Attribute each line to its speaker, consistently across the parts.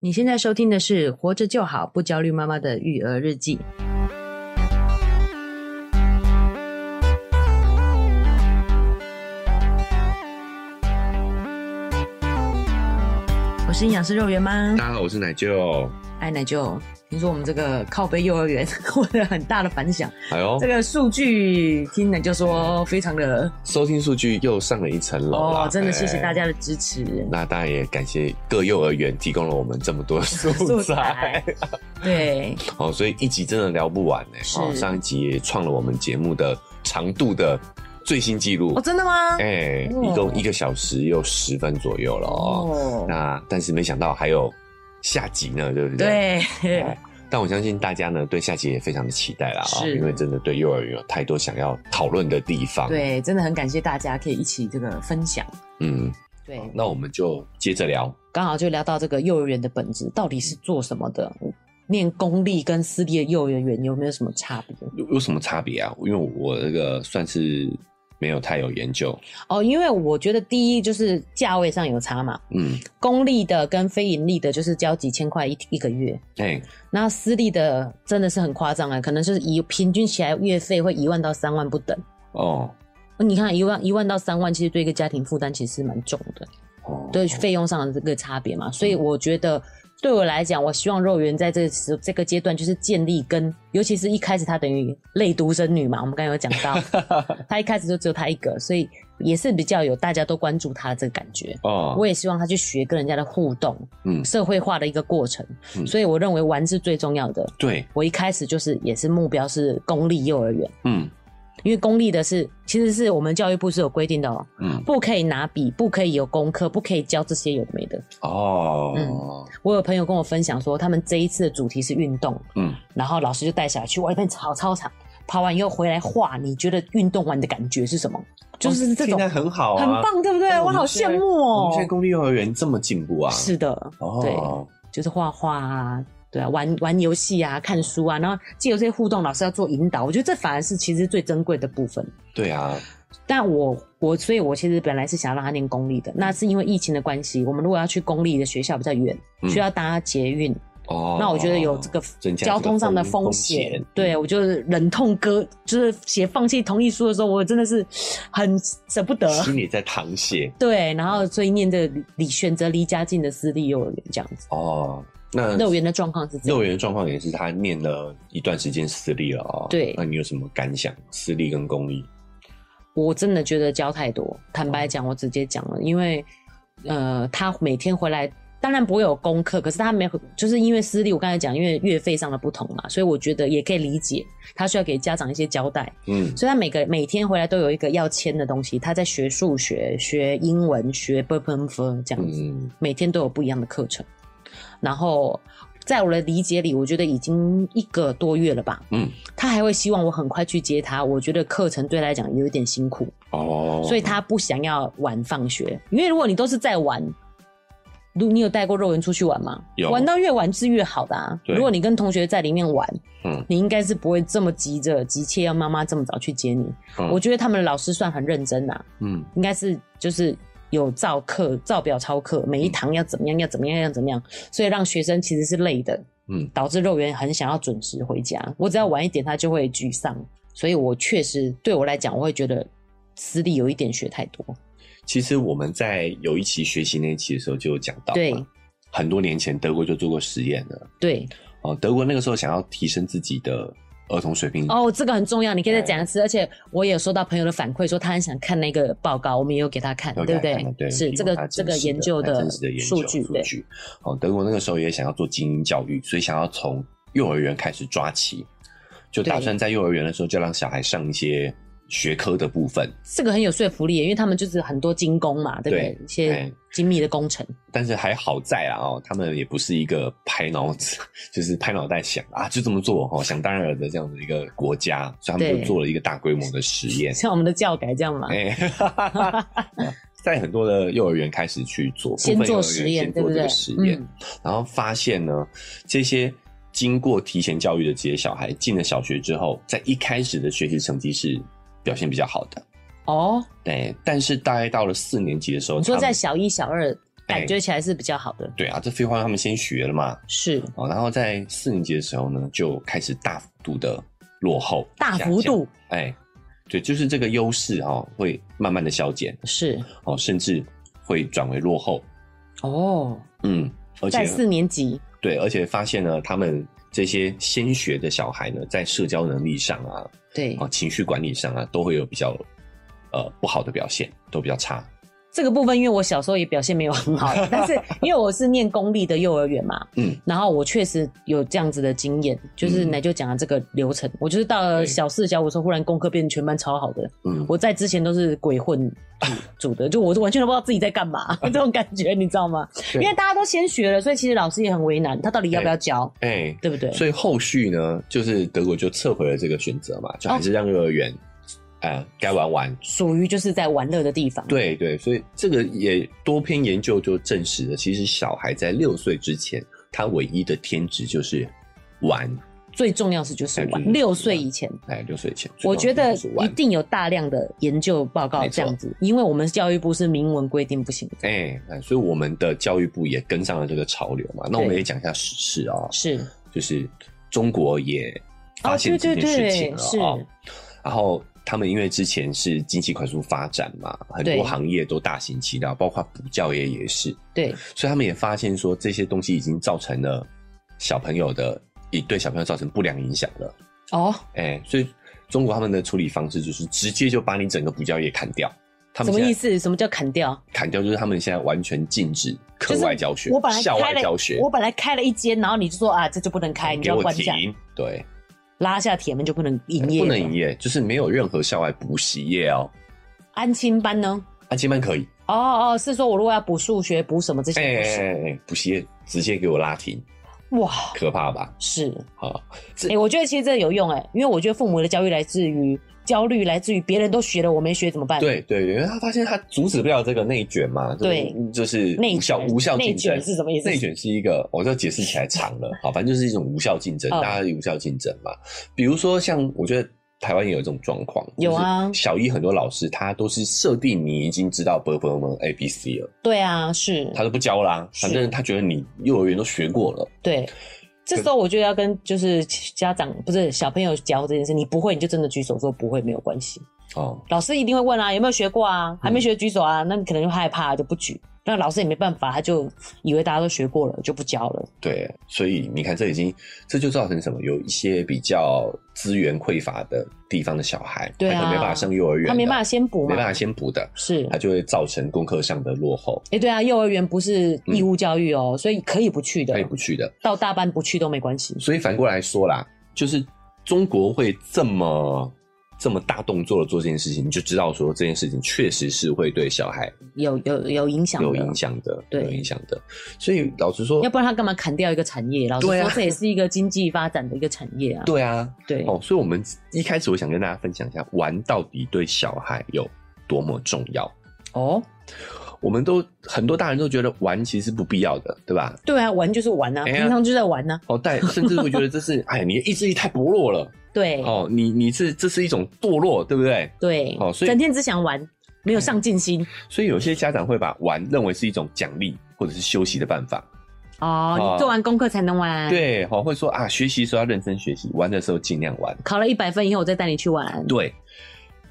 Speaker 1: 你现在收听的是《活着就好不焦虑妈妈的育儿日记》。我是营养师肉圆妈，
Speaker 2: 大家好，我是奶舅。
Speaker 1: 哎，奶舅，听说我们这个靠背幼儿园获得很大的反响，
Speaker 2: 哎呦
Speaker 1: 这，个数据听奶舅说非常的
Speaker 2: 收听数据又上了一层楼啦
Speaker 1: 哦，真的谢谢大。
Speaker 2: 哎
Speaker 1: 家的支持。
Speaker 2: 那当然也感谢各幼儿园提供了我们这么多素
Speaker 1: 素材
Speaker 2: 材
Speaker 1: 对，
Speaker 2: 哦，所以一集真的聊不完呢。
Speaker 1: 是
Speaker 2: 哦，上一集也创了我们节目的长度的最新纪录
Speaker 1: 哦，，真的吗？
Speaker 2: 哎，
Speaker 1: 哦
Speaker 2: 一共一个小时又十分左右了哦。
Speaker 1: 哦，
Speaker 2: 那但是没想到还有下集呢，对不对？
Speaker 1: 对，
Speaker 2: 哎但我相信大家呢对下集也非常的期待啦啊、
Speaker 1: 是
Speaker 2: 因为真的对幼儿园有太多想要讨论的地方。，
Speaker 1: 对，真的很感谢大家可以一起这个分享。
Speaker 2: 嗯，
Speaker 1: 对，
Speaker 2: 那我们就接着聊。
Speaker 1: 刚好就聊到这个幼儿园的本质到底是做什么的，念公立跟私立的幼儿园有没有什么差别？
Speaker 2: 有有什么差别啊？因为我这个算是没有太有研究，
Speaker 1: 哦，因为我觉得第一就是价位上有差嘛，
Speaker 2: 嗯，
Speaker 1: 公立的跟非盈利的就是交几千块一一个月，
Speaker 2: 哎、
Speaker 1: 然后私立的真的是很夸张啊，可能就是一平均起来月费会一万到三万不等。
Speaker 2: 哦，
Speaker 1: 你看一万一万到三万，其实对一个家庭负担其实是蛮重的。
Speaker 2: 哦，
Speaker 1: 对费用上的这个差别嘛，所
Speaker 2: 嗯
Speaker 1: 以我觉得对我来讲，我希望肉圆在这个时这个阶段就是建立跟，尤其是一开始她等于类独生女嘛，我们刚刚有讲到， 她一开始就只有她一个，所以也是比较有大家都关注她的这个感觉。
Speaker 2: 哦
Speaker 1: 我，也希望她去学跟人家的互动，
Speaker 2: 嗯，
Speaker 1: 社会化的一个过程，
Speaker 2: 嗯
Speaker 1: 所以我认为玩是最重要的。
Speaker 2: 对，
Speaker 1: 我一开始就是也是目标是公立幼儿园，
Speaker 2: 嗯
Speaker 1: 因为公立的是其实是我们教育部是有规定的哦，
Speaker 2: 嗯，
Speaker 1: 不可以拿笔，不可以有功课，不可以教这些有的没的。
Speaker 2: 哦，
Speaker 1: 我有朋友跟我分享说，他们这一次的主题是运动，
Speaker 2: 嗯，
Speaker 1: 然后老师就带小孩去外面跑操场，跑完以后回来画，你觉得运动完的感觉是什么？就是这
Speaker 2: 哦现
Speaker 1: 种
Speaker 2: 在很好啊，
Speaker 1: 很棒，对不对？
Speaker 2: 哎
Speaker 1: 我
Speaker 2: 们
Speaker 1: 好
Speaker 2: 现
Speaker 1: 羡
Speaker 2: 在
Speaker 1: 慕
Speaker 2: 我
Speaker 1: 哦
Speaker 2: 们现在。公立幼儿园这么进步啊，
Speaker 1: 是的，
Speaker 2: 哦，
Speaker 1: 就是画画啊，对啊，玩玩游戏啊，看书啊，然后借由这些互动，老师要做引导，我觉得这反而是其实最珍贵的部分。
Speaker 2: 对啊，
Speaker 1: 但我我所以，我其实本来是想让他念公立的，那是因为疫情的关系，我们如果要去公立的学校比较远，
Speaker 2: 嗯
Speaker 1: 需要搭捷运，
Speaker 2: 哦，
Speaker 1: 那我觉得有这个
Speaker 2: 增加这
Speaker 1: 交
Speaker 2: 个
Speaker 1: 通上的
Speaker 2: 风
Speaker 1: 风
Speaker 2: 风
Speaker 1: 险
Speaker 2: 险，嗯
Speaker 1: 对我就是忍痛割，就是写放弃同意书的时候，我真的是很舍不得。
Speaker 2: 心里在淌血
Speaker 1: 对，然后所以念这个离选择离家近的私立幼儿园这样子，
Speaker 2: 哦，那
Speaker 1: 幼儿园的状况是这
Speaker 2: 幼
Speaker 1: 样
Speaker 2: 儿。园的状况也是他念了一段时间私立了哦。
Speaker 1: 对
Speaker 2: 那你有什么感想？私立跟公立？
Speaker 1: 我真的觉得教太多，坦白讲，我直接讲了，因为呃，他每天回来。当然不会有功课，可是他没有，就是因为私立，我刚才讲，因为月费上的不同嘛，所以我觉得也可以理解，他需要给家长一些交代。
Speaker 2: 嗯，
Speaker 1: 所以他每个每天回来都有一个要签的东西，他在学数学、学英文、学 b u r p e n f 这样子，
Speaker 2: 嗯
Speaker 1: 每天都有不一样的课程。然后，在我的理解里，我觉得已经一个多月了吧，
Speaker 2: 嗯，
Speaker 1: 他还会希望我很快去接他。我觉得课程对他来讲有一点辛苦，
Speaker 2: 哦，
Speaker 1: 所以他不想要晚放学，因为如果你都是在玩。如你有带过肉圆出去玩吗？
Speaker 2: 有
Speaker 1: 玩到越晚是越好的啊。
Speaker 2: 对
Speaker 1: 如果你跟同学在里面玩，
Speaker 2: 嗯
Speaker 1: 你应该是不会这么急着急切要妈妈这么早去接你。
Speaker 2: 嗯
Speaker 1: 我觉得他们的老师算很认真啦、啊
Speaker 2: 嗯
Speaker 1: 应该是就是有照课、照表操课，每一堂要怎么样，要怎么样，要怎么样，所以让学生其实是累的，
Speaker 2: 嗯
Speaker 1: 导致肉圆很想要准时回家。我只要晚一点，他就会沮丧。所以我确实对我来讲，我会觉得私立有一点学太多。
Speaker 2: 其实我们在有一期学习那一期的时候就有讲到嘛，
Speaker 1: 对
Speaker 2: 很多年前德国就做过实验了。
Speaker 1: 对，
Speaker 2: 哦，德国那个时候想要提升自己的儿童水平，
Speaker 1: 哦，这个很重要，你可以再讲一次。而且我也有收到朋友的反馈，说他很想看那个报告，我们也有给他看，
Speaker 2: 有
Speaker 1: 对不
Speaker 2: 改善对，
Speaker 1: 是
Speaker 2: 提
Speaker 1: 这
Speaker 2: 供
Speaker 1: 个
Speaker 2: 它
Speaker 1: 这
Speaker 2: 真
Speaker 1: 个
Speaker 2: 实
Speaker 1: 研究
Speaker 2: 它真实的
Speaker 1: 的
Speaker 2: 研究
Speaker 1: 数据，
Speaker 2: 数
Speaker 1: 对，
Speaker 2: 据。哦，德国那个时候也想要做精英教育，所以想要从幼儿园开始抓起，就打
Speaker 1: 对
Speaker 2: 算在幼儿园的时候就让小孩上一些学科的部分。
Speaker 1: 这个很有说服力，因为他们就是很多精工嘛，对不对？
Speaker 2: 对
Speaker 1: 一些
Speaker 2: 哎
Speaker 1: 精密的工程。
Speaker 2: 但是还好在啦哦，他们也不是一个拍脑子， 就是拍脑袋想啊就这么做哦，想当然尔的这样的一个国家，所以他们
Speaker 1: 对
Speaker 2: 就做了一个大规模的实验。
Speaker 1: 像我们的教改这样嘛。
Speaker 2: 哎， 在很多的幼儿园开始去做，部分
Speaker 1: 先
Speaker 2: 幼儿
Speaker 1: 做
Speaker 2: 园
Speaker 1: 实验，
Speaker 2: 先
Speaker 1: 对
Speaker 2: 做
Speaker 1: 不
Speaker 2: 这
Speaker 1: 对
Speaker 2: 个实？验，
Speaker 1: 嗯，
Speaker 2: 然后发现呢，这些经过提前教育的这些小孩进了小学之后，在一开始的学习成绩是表现比较好的，哎
Speaker 1: 哦，
Speaker 2: 对。但是大概到了四年级的时候，
Speaker 1: 你说
Speaker 2: 他
Speaker 1: 在
Speaker 2: 们哎
Speaker 1: 小一、小二感觉起来是比较好的。
Speaker 2: 对啊，这废话他们先学了嘛，
Speaker 1: 是
Speaker 2: 哦，然后在四年级的时候呢，就开始大幅度的落后，
Speaker 1: 大
Speaker 2: 下
Speaker 1: 幅
Speaker 2: 降，
Speaker 1: 度
Speaker 2: 哎，对，就是这个优势哦，会慢慢的消减
Speaker 1: 是
Speaker 2: 哦，甚至会转为落后，
Speaker 1: 哦，
Speaker 2: 嗯，而且
Speaker 1: 在四年级
Speaker 2: 对，而且发现呢，他们这些先学的小孩呢，在社交能力上啊，
Speaker 1: 对、
Speaker 2: 啊情绪管理上啊，都会有比较呃不好的表现，都比较差。
Speaker 1: 这个部分，因为我小时候也表现没有很 好，但是因为我是念公立的幼儿园嘛，
Speaker 2: 嗯，
Speaker 1: 然后我确实有这样子的经验，就是
Speaker 2: 嗯
Speaker 1: 奶就讲的这个流程，我就是到了
Speaker 2: 对
Speaker 1: 小四、小五的时候，忽然功课变成全班超好的，
Speaker 2: 嗯，
Speaker 1: 我在之前都是鬼混组 组的，就我是完全都不知道自己在干嘛，这种感觉你知道吗？因
Speaker 2: 对
Speaker 1: 为大家都先学了，所以其实老师也很为难，他到底要不要教，
Speaker 2: 哎、
Speaker 1: 对不对？
Speaker 2: 所以后续呢，就是德国就撤回了这个选择嘛，
Speaker 1: 哦
Speaker 2: 就还是让幼儿园，呃，该玩玩。
Speaker 1: 属于就是在玩乐的地方，
Speaker 2: 对对，所以这个也多篇研究就证实了，其实小孩在六岁之前，他唯一的天职就是玩。
Speaker 1: 最重要是就是
Speaker 2: 对
Speaker 1: 玩。
Speaker 2: 就是
Speaker 1: 六岁以前，
Speaker 2: 哎，六岁前，
Speaker 1: 我觉得一
Speaker 2: 最重要的就是玩。
Speaker 1: 定有大量的研究报告
Speaker 2: 没错
Speaker 1: 这样子，因为我们教育部是明文规定不行的。
Speaker 2: 哎、哎所以我们的教育部也跟上了这个潮流嘛。那我们也讲一下时事啊、
Speaker 1: 是
Speaker 2: 就是中国也发现
Speaker 1: 哦对
Speaker 2: 这
Speaker 1: 对
Speaker 2: 件事情了
Speaker 1: 对
Speaker 2: 啊、
Speaker 1: 是
Speaker 2: 然后他们因为之前是经济快速发展嘛，很
Speaker 1: 对
Speaker 2: 多行业都大行其道，包括补教业也是，
Speaker 1: 对，
Speaker 2: 所以他们也发现说这些东西已经造成了小朋友的，也对小朋友造成不良影响了。
Speaker 1: 哦，
Speaker 2: 哎、所以中国他们的处理方式就是直接就把你整个补教业砍掉。他
Speaker 1: 什
Speaker 2: 们
Speaker 1: 么
Speaker 2: 现在
Speaker 1: 意思？什么叫砍掉？
Speaker 2: 砍掉就是他们现在完全禁止
Speaker 1: 就
Speaker 2: 课
Speaker 1: 是
Speaker 2: 外教学、
Speaker 1: 我本来
Speaker 2: 校
Speaker 1: 开
Speaker 2: 外
Speaker 1: 了
Speaker 2: 教学，嗯
Speaker 1: 我本来开了一间，然后你就说啊，这就不能开，你
Speaker 2: 给
Speaker 1: 就要
Speaker 2: 我
Speaker 1: 关下，
Speaker 2: 停，对，
Speaker 1: 拉下铁门就不能营业，
Speaker 2: 不能营。业，就是没有任何校外补习业哦。
Speaker 1: 安亲班呢？
Speaker 2: 安亲班可以，
Speaker 1: 哦哦，是说我如果要补数学、补什么这些
Speaker 2: 哎
Speaker 1: 不行？
Speaker 2: 哎哎，补习业直接给我拉停，
Speaker 1: 哇，
Speaker 2: 可怕吧？
Speaker 1: 是，
Speaker 2: 好，
Speaker 1: 哎、我觉得其实这有用哎、因为我觉得父母的教育来自于焦虑，来自于别人都学了我没学怎么办？，
Speaker 2: 对对，因为他发现他阻止不了这个内卷嘛，就是
Speaker 1: 对
Speaker 2: 就是
Speaker 1: 内
Speaker 2: 无效
Speaker 1: 卷
Speaker 2: 无效
Speaker 1: 内
Speaker 2: 竞争
Speaker 1: 卷是什么意思
Speaker 2: 内卷是一个，我这解释起来长了，好，反正就是一种无效竞争，
Speaker 1: 嗯
Speaker 2: 大家无效竞争嘛。比如说像我觉得。台湾也有这种状况，
Speaker 1: 有啊
Speaker 2: 就是小一很多老师他都是设定你已经知道 b b m a b c 了，
Speaker 1: 对啊，是
Speaker 2: 他，都不教啦，
Speaker 1: 是
Speaker 2: 反正他觉得你幼儿园都学过了，
Speaker 1: 对。这时候我就要跟就是家长不是小朋友教这件事，你不会你就真的举手说不会没有关系，
Speaker 2: 哦，
Speaker 1: 老师一定会问啊有没有学过
Speaker 2: 嗯
Speaker 1: 啊，还没学举手啊，那你可能就害怕就不举，那老师也没办法，他就以为大家都学过了就不教了，
Speaker 2: 对，所以你看，这已经这就造成什么？有一些比较资源匮乏的地方的小孩，
Speaker 1: 对啊
Speaker 2: 他可能没办法上幼儿园的，
Speaker 1: 他没办法先补
Speaker 2: 没
Speaker 1: 嘛，
Speaker 2: 办法先补的，
Speaker 1: 是，
Speaker 2: 他就会造成功课上的落后，
Speaker 1: 哎、对啊，幼儿园不是义务教育哦，所以可以不去的
Speaker 2: 他也，嗯不去的。
Speaker 1: 到大班不去都没关系。
Speaker 2: 所以反过来说啦，就是中国会这么这么大动作的做这件事情，你就知道说这件事情确实是会对小孩
Speaker 1: 有有有影响，
Speaker 2: 有影。响的，
Speaker 1: 对
Speaker 2: 有影响的。所以老实说
Speaker 1: 要，不然他干嘛砍掉一个产业？老实
Speaker 2: 对
Speaker 1: 说，
Speaker 2: 啊
Speaker 1: 这也是一个经济发展的一个产业啊。
Speaker 2: 对啊，
Speaker 1: 对，
Speaker 2: 哦，所以我们一开始我想跟大家分享一下，玩到底对小孩有多么重要。
Speaker 1: 哦，
Speaker 2: 我们都很多大人都觉得玩其实是不必要的，对吧？
Speaker 1: 对啊，玩就是玩啊，
Speaker 2: 哎呀
Speaker 1: 平常就在玩啊。
Speaker 2: 哦，但甚至会觉得这是， 哎，你的意志力太薄弱了。
Speaker 1: 对
Speaker 2: 哦，你你是这是一种堕落，对不对？
Speaker 1: 对，
Speaker 2: 哦所以
Speaker 1: 整天只想玩，没有上进心
Speaker 2: 所以有些家长会把玩认为是一种奖励或者是休息的办法。
Speaker 1: 哦。
Speaker 2: 哦
Speaker 1: 你做完功课才能玩，，
Speaker 2: 对，哦，会说啊，学习的时候要认真学习，玩的时候尽量玩。
Speaker 1: 考了一百分以后我再带你去玩。
Speaker 2: 对，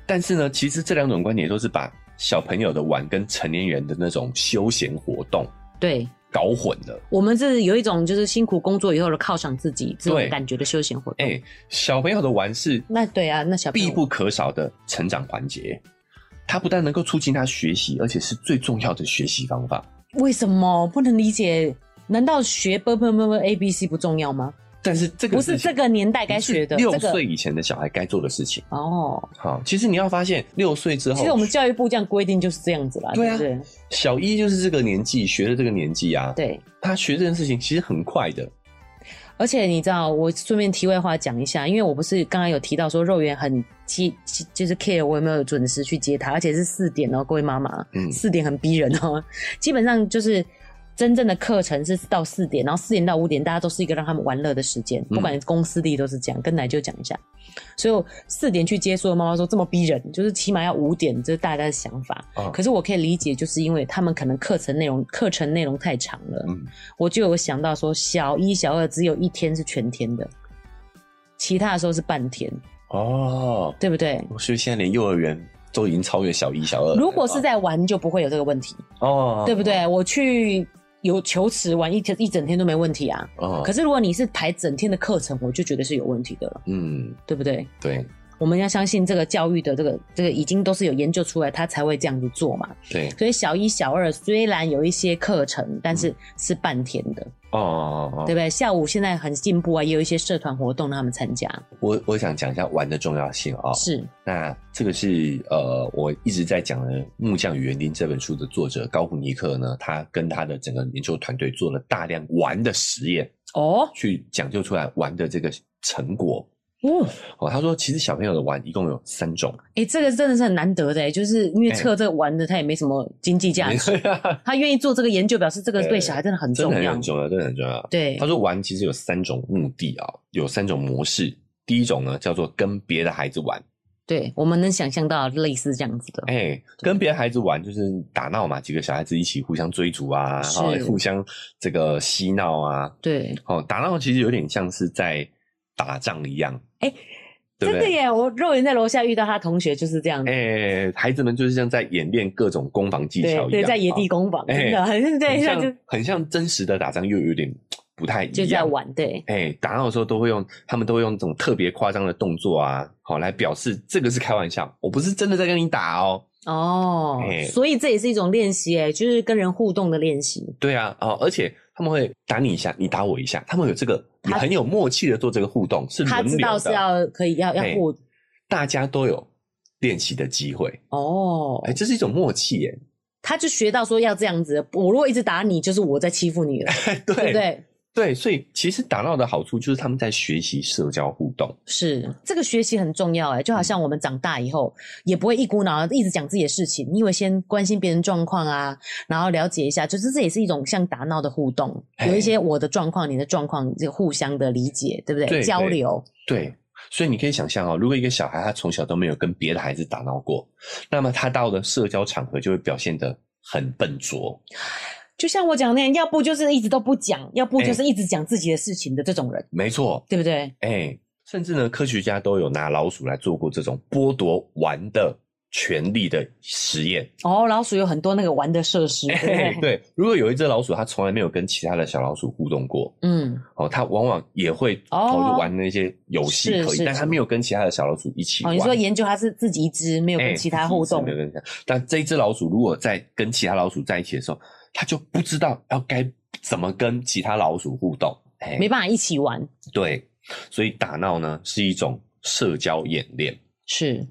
Speaker 2: 但是呢，其实这两种观点都是把小朋友的玩跟成年人的那种休闲活动
Speaker 1: 对，
Speaker 2: 搞混了。
Speaker 1: 我们是有一种就是辛苦工作以后的犒赏自己这种
Speaker 2: 对
Speaker 1: 感觉的休闲活
Speaker 2: 哎、
Speaker 1: 动。
Speaker 2: 小朋友的玩是
Speaker 1: 那对啊，那小朋友
Speaker 2: 必不可少的成长环节。它不但能够促进他学习，而且是最重要的学习方法。
Speaker 1: 为什么不能理解？难道学 b b m a b c 不重要吗？
Speaker 2: 但是这个
Speaker 1: 不是
Speaker 2: 事情
Speaker 1: 这个年代该
Speaker 2: 不是
Speaker 1: 学的。
Speaker 2: 六
Speaker 1: 这个
Speaker 2: 岁以前的小孩该做的事情。
Speaker 1: 哦，
Speaker 2: 好，其实你要发现，六岁之后，
Speaker 1: 其实我们教育部这样规定就是这样子啦，
Speaker 2: 对
Speaker 1: 对
Speaker 2: 啊
Speaker 1: 不对？
Speaker 2: 小一就是这个年纪学的这个年纪啊，
Speaker 1: 对，
Speaker 2: 他学这件事情其实很快的。
Speaker 1: 而且你知道，我顺便题外话讲一下，因为我不是刚刚有提到说肉圆很接，就是 care 我有没有准时去接他，而且是四点哦，各位妈妈，
Speaker 2: 嗯
Speaker 1: 四点很逼人哦。基本上就是真正的课程是到四点，然后四点到五点，大家都是一个让他们玩乐的时间，不管公司里都是这样。跟奶就讲一下，所以我四点去接所有妈妈说这么逼人，就是起码要五点，这、是大家的想法。
Speaker 2: 嗯
Speaker 1: 可是我可以理解，就是因为他们可能课程内容课程内容太长了，
Speaker 2: 嗯
Speaker 1: 我就有想到说，小一、小二只有一天是全天的，其他的时候是半天，
Speaker 2: 哦，
Speaker 1: 对不对？
Speaker 2: 所以现在连幼儿园都已经超越小一、小二了。
Speaker 1: 如果是在玩，就不会有这个问题，
Speaker 2: 呃哦，
Speaker 1: 对不？对？我去有球池玩一天一整天都没问题啊。
Speaker 2: 哦，
Speaker 1: 可是如果你是排整天的课程，我就觉得是有问题的了，
Speaker 2: 嗯，
Speaker 1: 对不对？
Speaker 2: 对
Speaker 1: 我们要相信这个教育的这个这个已经都是有研究出来，他才会这样子做嘛。
Speaker 2: 对
Speaker 1: 所以小一、小二虽然有一些课程，但是是半天的，
Speaker 2: 哦哦嗯哦
Speaker 1: 对不对？下午现在很进步啊，也有一些社团活动让他们参加，
Speaker 2: 我我想讲一下玩的重要性啊、
Speaker 1: 是
Speaker 2: 那这个是呃，我一直在讲的《木匠与园丁》这本书的作者高普尼克呢，他跟他的整个研究团队做了大量玩的实验，
Speaker 1: 哦
Speaker 2: 去讲究出来玩的这个成果。
Speaker 1: 哦，
Speaker 2: 哦，他说其实小朋友的玩一共有三种，
Speaker 1: 哎，这个真的是很难得的诶，就是因为测这个玩的他也没什么经济价值，他愿意做这个研究，表示这个对小孩真的很
Speaker 2: 真
Speaker 1: 重
Speaker 2: 的很
Speaker 1: 要
Speaker 2: 很。重要，真的很重要。
Speaker 1: 对
Speaker 2: 他，说玩其实有三种目的啊、有三种模式。第一种呢叫做跟别的孩子玩，
Speaker 1: 对，我们能想象到类似这样子的，
Speaker 2: 哎、跟别的孩子玩就是打闹嘛，几个小孩子一起互相追逐啊，然后
Speaker 1: 是
Speaker 2: 互相这个嬉闹啊，
Speaker 1: 对，
Speaker 2: 哦，打闹其实有点像是在打仗一样，
Speaker 1: 哎
Speaker 2: 对不
Speaker 1: 真的
Speaker 2: 对？
Speaker 1: 耶！我肉圆在楼下遇到他同学就是这样子，
Speaker 2: 哎、孩子们就是像在演练各种攻防技巧一
Speaker 1: 对
Speaker 2: 样，
Speaker 1: 对，在野地
Speaker 2: 攻，
Speaker 1: 工坊，
Speaker 2: 哎
Speaker 1: 真的， 很对，
Speaker 2: 很
Speaker 1: 那就
Speaker 2: 像很像真实的打仗，又有点不太一样。
Speaker 1: 就在玩，对，
Speaker 2: 哎、打闹的时候都会用，他们都会用这种特别夸张的动作啊，好、来表示这个是开玩笑，我不是真的在跟你打哦。
Speaker 1: 哦
Speaker 2: 哎，
Speaker 1: 所以这也是一种练习，哎，就是跟人互动的练习，
Speaker 2: 对啊，哦，而且他们会打你一下，你打我一下，他们有这个
Speaker 1: 他
Speaker 2: 很有默契的做这个互动，是
Speaker 1: 他
Speaker 2: 轮
Speaker 1: 知
Speaker 2: 流
Speaker 1: 道
Speaker 2: 的，
Speaker 1: 是要可以要要
Speaker 2: 哎
Speaker 1: 互
Speaker 2: 大家都有练习的机会。
Speaker 1: 哦
Speaker 2: 哎、，这是一种默契耶。
Speaker 1: 他就学到说要这样子，我如果一直打你，就是我在欺负你了，
Speaker 2: 对
Speaker 1: 对不对？
Speaker 2: 对，所以其实打闹的好处就是他们在学习社交互动。
Speaker 1: 是这个学习很重要哎，就好像我们长大以后，也不会一股脑一直讲自己的事情，你以为先关心别人状况啊，然后了解一下，就是这也是一种像打闹的互动，
Speaker 2: 哎
Speaker 1: 有一些我的状况，你的状况，这互相的理解，对不对？
Speaker 2: 对
Speaker 1: 交流
Speaker 2: 对，所以你可以想象哦，如果一个小孩他从小都没有跟别的孩子打闹过，那么他到了社交场合就会表现得很笨拙。
Speaker 1: 就像我讲那样，要不就是一直都不讲，要不就是一直讲自己的事情的这种人，
Speaker 2: 没错，
Speaker 1: 对不对？
Speaker 2: 哎，甚至呢，科学家都有拿老鼠来做过这种剥夺玩的权利的实验。
Speaker 1: 哦，老鼠有很多那个玩的设施，对不对？
Speaker 2: 哎，对，如果有一只老鼠它从来没有跟其他的小老鼠互动过，
Speaker 1: 嗯，
Speaker 2: 哦，它往往也会
Speaker 1: 哦
Speaker 2: 投入玩那些游戏
Speaker 1: 是
Speaker 2: 可以，
Speaker 1: 是
Speaker 2: 但它
Speaker 1: 是
Speaker 2: 没有跟其他的小老鼠一起
Speaker 1: 哦，
Speaker 2: 玩。
Speaker 1: 你说研究它是自己一只，没有
Speaker 2: 哎
Speaker 1: 跟其他互动
Speaker 2: 没，有跟其他。但这一只老鼠如果在跟其他老鼠在一起的时候，它就不知道要该怎么跟其他老鼠互动。哎
Speaker 1: 没办法一起玩，
Speaker 2: 对，所以打闹呢是一种社交演练。
Speaker 1: 是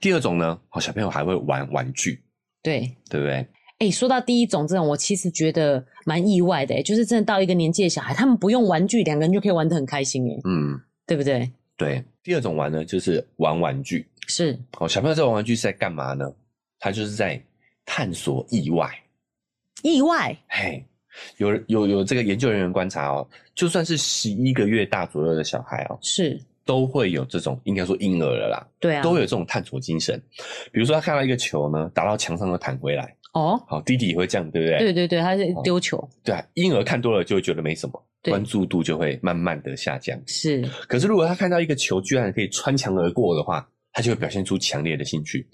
Speaker 2: 第二种呢，哦，小朋友还会玩玩具，
Speaker 1: 对。
Speaker 2: 对不对？
Speaker 1: 哎、说到第一种这种，我其实觉得蛮意外的、欸，就是真的到一个年纪的小孩，他们不用玩具，两个人就可以玩得很开心、欸，哎，
Speaker 2: 嗯，
Speaker 1: 对不对？
Speaker 2: 对。第二种玩呢就是玩玩具。
Speaker 1: 是
Speaker 2: 哦，小朋友在玩玩具是在干嘛呢？他就是在探索意外。
Speaker 1: 意外
Speaker 2: 嘿，有有有这个研究人员观察哦，就算是十一个月大左右的小孩哦，
Speaker 1: 是，
Speaker 2: 都会有这种，应该说婴儿了啦，
Speaker 1: 对啊，
Speaker 2: 都会有这种探索精神。比如说他看到一个球呢，打到墙上又弹回来，
Speaker 1: 哦，
Speaker 2: 好，弟弟也会这样，对不对？哦
Speaker 1: 对对对，他是丢球，
Speaker 2: 对啊，婴儿看多了就会觉得没什么，
Speaker 1: 对
Speaker 2: 关注度就会慢慢的下降。
Speaker 1: 是
Speaker 2: 可是如果他看到一个球居然可以穿墙而过的话，他就会表现出强烈的兴趣。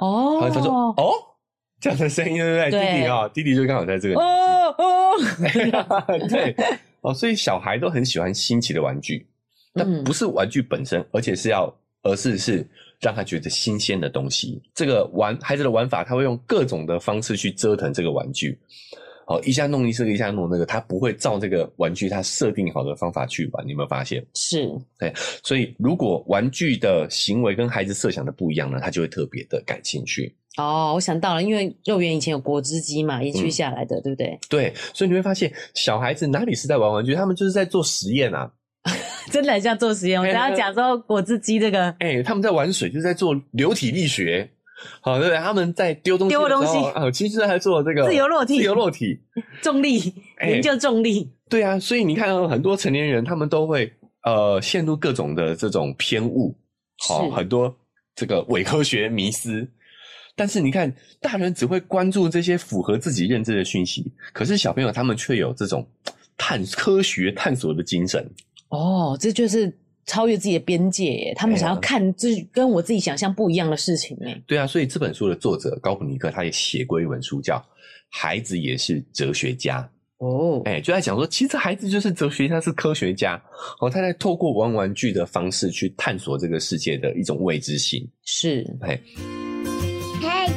Speaker 1: 哦，
Speaker 2: 他他说哦，这样的声音，对不对？
Speaker 1: 对
Speaker 2: 弟弟啊、弟弟就刚好在这个
Speaker 1: 哦哦，
Speaker 2: 对，哦，所以小孩都很喜欢新奇的玩具，
Speaker 1: 嗯
Speaker 2: 但不是玩具本身，而且是要，而是是让他觉得新鲜的东西。这个玩孩子的玩法，他会用各种的方式去折腾这个玩具，哦，一下弄一这个，一下弄那个，他不会照这个玩具他设定好的方法去玩。你有没有发现？
Speaker 1: 是
Speaker 2: 所以如果玩具的行为跟孩子设想的不一样呢，他就会特别的感兴趣。
Speaker 1: 哦，我想到了，因为幼园以前有果汁机嘛，延
Speaker 2: 嗯
Speaker 1: 续下来的，对不对？
Speaker 2: 对，所以你会发现，小孩子哪里是在玩玩具，他们就是在做实验啊。
Speaker 1: 真的很 像做实验，我等
Speaker 2: 哎
Speaker 1: 一下
Speaker 2: 那
Speaker 1: 讲说果汁机这个
Speaker 2: 哎、他们在玩水，就是在做流体力学。好，对，他们在丢东西的时候，
Speaker 1: 丢东西
Speaker 2: 啊，其实还做这个
Speaker 1: 自由落体
Speaker 2: 自由落体，
Speaker 1: 重力
Speaker 2: 哎
Speaker 1: 研究重力，
Speaker 2: 对啊，所以你看、哦，很多成年人他们都会呃陷入各种的这种偏误，好、
Speaker 1: 是
Speaker 2: 很多这个伪科学迷思。但是你看，大人只会关注这些符合自己认知的讯息，可是小朋友他们却有这种探科学探索的精神。
Speaker 1: 哦，这就是超越自己的边界耶，他们
Speaker 2: 哎呀
Speaker 1: 想要看就是跟我自己想象不一样的事情哎，
Speaker 2: 对啊，所以这本书的作者高普尼克他也写过一本书叫《孩子也是哲学家》。
Speaker 1: 哦，
Speaker 2: 哎，就在讲说，其实孩子就是哲学家，是科学家哦，他在透过玩玩具的方式去探索这个世界的一种未知性。
Speaker 1: 是
Speaker 3: 嗨，